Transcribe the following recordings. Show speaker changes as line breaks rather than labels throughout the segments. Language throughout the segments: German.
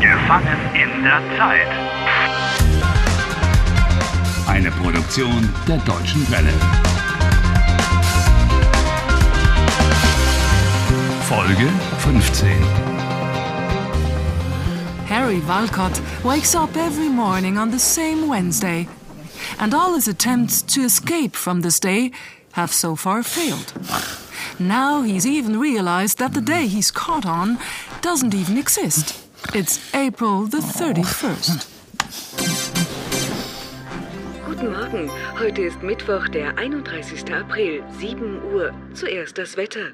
Gefangen in der Zeit.
Eine Produktion der Deutschen Welle. Folge 15.
Harry Walcott wakes up every morning on the same Wednesday, and all his attempts to escape from this day have so far failed. Now he's even realized that the day he's caught on doesn't even exist. It's April the 31st.
Guten Morgen, heute ist Mittwoch, der 31. April, 7 Uhr. Zuerst das Wetter.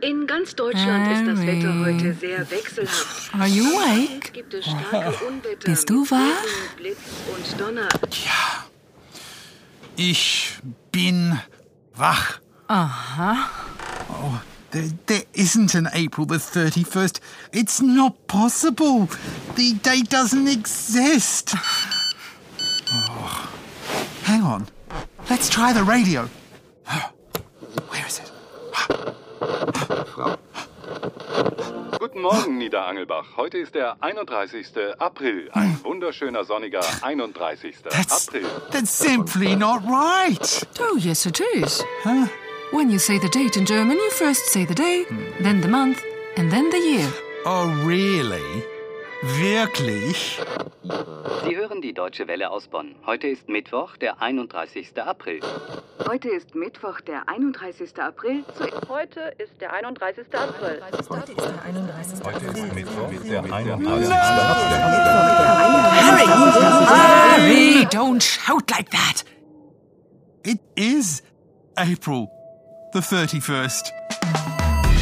In ganz Deutschland ist das
Harry.
Wetter heute sehr wechselhaft.
Are you awake?
Jetzt gibt es starke Unwetter.
Bist du
mit
wach?
Regen, Blitz und Donner.
Ich bin wach. Aha. Oh, there, there isn't an April the 31st. It's not possible. The day doesn't exist. Oh. Hang on. Let's try the radio. Where is it?
Guten Morgen, Niederangelbach. Heute ist der 31. April. Ein wunderschöner sonniger 31.
That's,
April.
that's simply not right.
Oh, yes, it is. When you say the date in German, you first say the day, then the month, and then the year.
Oh, really? Wirklich?
Sie hören die Deutsche Welle aus Bonn. Heute ist Mittwoch, der 31. April.
Heute ist Mittwoch, der 31. April. Zu
Heute ist der 31. April.
Harry, don't shout like that.
It is April the 31st.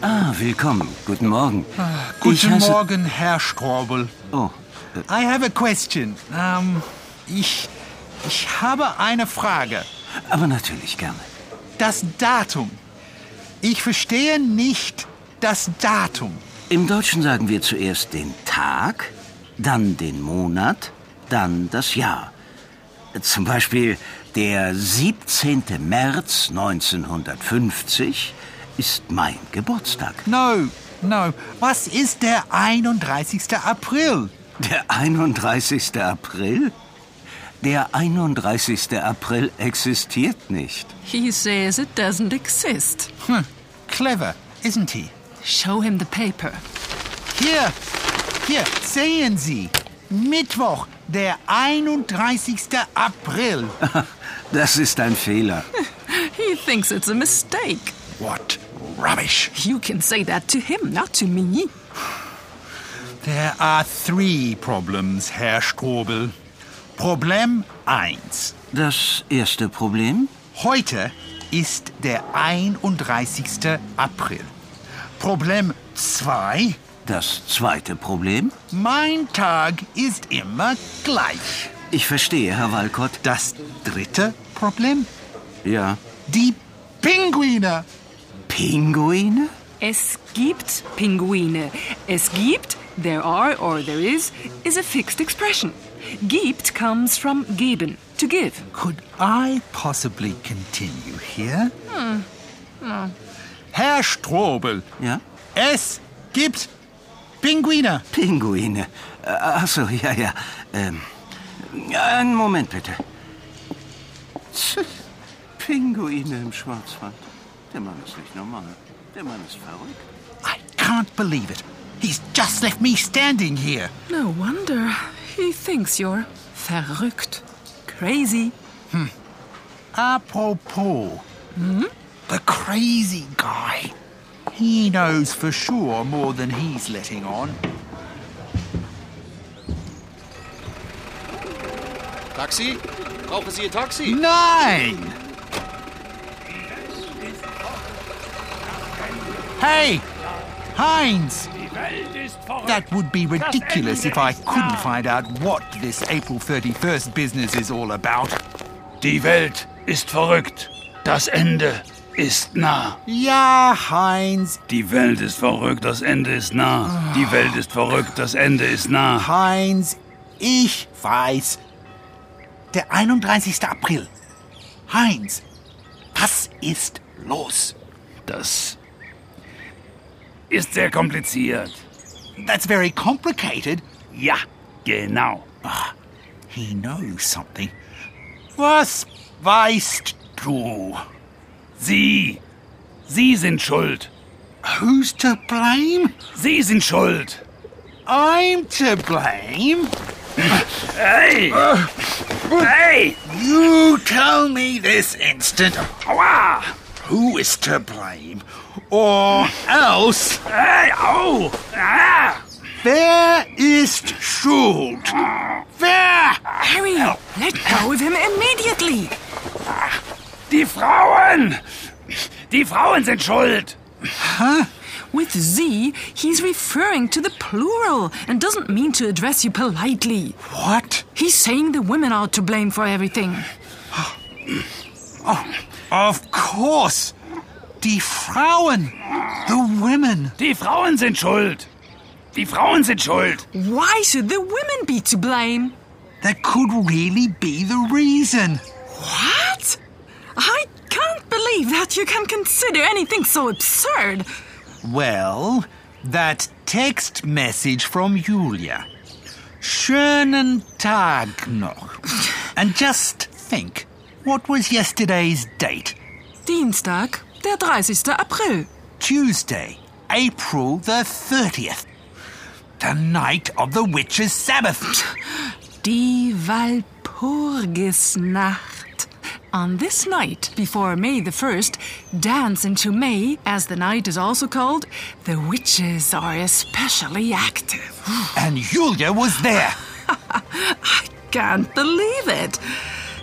Ah, willkommen. Guten Morgen.
Guten Morgen, Herr Strobel.
Oh,
I have a question. Ähm, ich, ich habe eine Frage.
aber natürlich gerne.
Das Datum. Ich verstehe nicht das Datum.
Im Deutschen sagen wir zuerst den Tag, dann den Monat, dann das Jahr. Zum Beispiel der 17. März 1950 ist mein Geburtstag.
No, no. Was ist der 31. April?
Der 31. April? Der 31. April existiert nicht.
He says it doesn't exist.
Hm, clever, isn't he?
Show him the paper.
Hier, hier, sehen Sie. Mittwoch, der 31. April.
Das ist ein Fehler.
He thinks it's a mistake.
What rubbish.
You can say that to him, not to me.
There are three problems, Herr Strobel. Problem 1.
Das erste Problem?
Heute ist der 31. April. Problem 2.
Das zweite Problem?
Mein Tag ist immer gleich.
Ich verstehe, Herr Walcott.
Das dritte Problem.
Ja.
Die Pinguine.
Pinguine?
Es gibt Pinguine. Es gibt, there are or there is, is a fixed expression. Gibt comes from geben, to give.
Could I possibly continue here? Herr Strobel,
Ja?
es gibt Pinguine.
Pinguine. Äh, Ach so, ja, ja. Ähm, einen Moment bitte. Tsch, Pinguine im Schwarzwald. Der Mann ist nicht normal. Der Mann ist verrückt.
I can't believe it. He's just left me standing here.
No wonder. He thinks you're verrückt. Crazy.
Apropos, the crazy guy. He knows for sure more than he's letting on.
Taxi? Brauchen Sie ein Taxi?
Nine! Hey! Heinz! That would be ridiculous if I couldn't find out what this April 31st business is all about.
Die Welt ist verrückt. Das Ende ist nah.
Ja, Heinz,
Die Welt ist verrückt. Das Ende ist nah. Die Welt ist verrückt. Das Ende ist nah.
Heinz, ich weiß. Der 31. April. Heinz, was ist los?
Das ist sehr kompliziert.
That's very complicated. Ah,
Ja, genau.
He knows something. Was weißt du?
Sie. Sie sind schuld.
Who's to blame?
Sie sind schuld.
I'm to blame.
Hey! Hey!
You tell me this instant
Aua!
who is to blame, or else
Hey! Au! Ah!
wer ist schuld? Wer?
Harry, let go of him immediately.
Ah, Die Frauen! Die Frauen sind schuld!
With Z, he's referring to the plural and doesn't mean to address you politely.
What?
He's saying the women are to blame for everything.
Of course. Die Frauen. The women.
Die Frauen sind schuld! Die Frauen sind schuld!
Why should the women be to blame?
That could really be the reason.
What? I can't believe that you can consider anything so absurd.
Well, that text message from Julia. Schönen Tag noch. And just think, what was yesterday's date?
Dienstag, der 30. April.
Tuesday, April the 30th. The night of the witches' Sabbath.
Die Walpurgisnacht. On this night, before May the 1st, Dance into May, as the night is also called, the witches are especially active.
And Julia was there.
I can't believe it.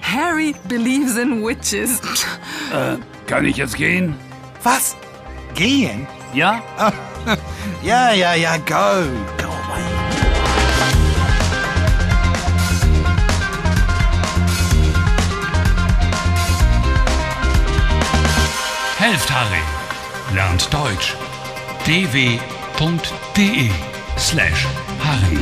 Harry believes in witches.
Kann ich jetzt gehen?
Was? Gehen?
Ja?
Oh. Yeah, yeah, yeah, go. Go away.
Helft Harry. Lernt Deutsch. dw.de slash Harry.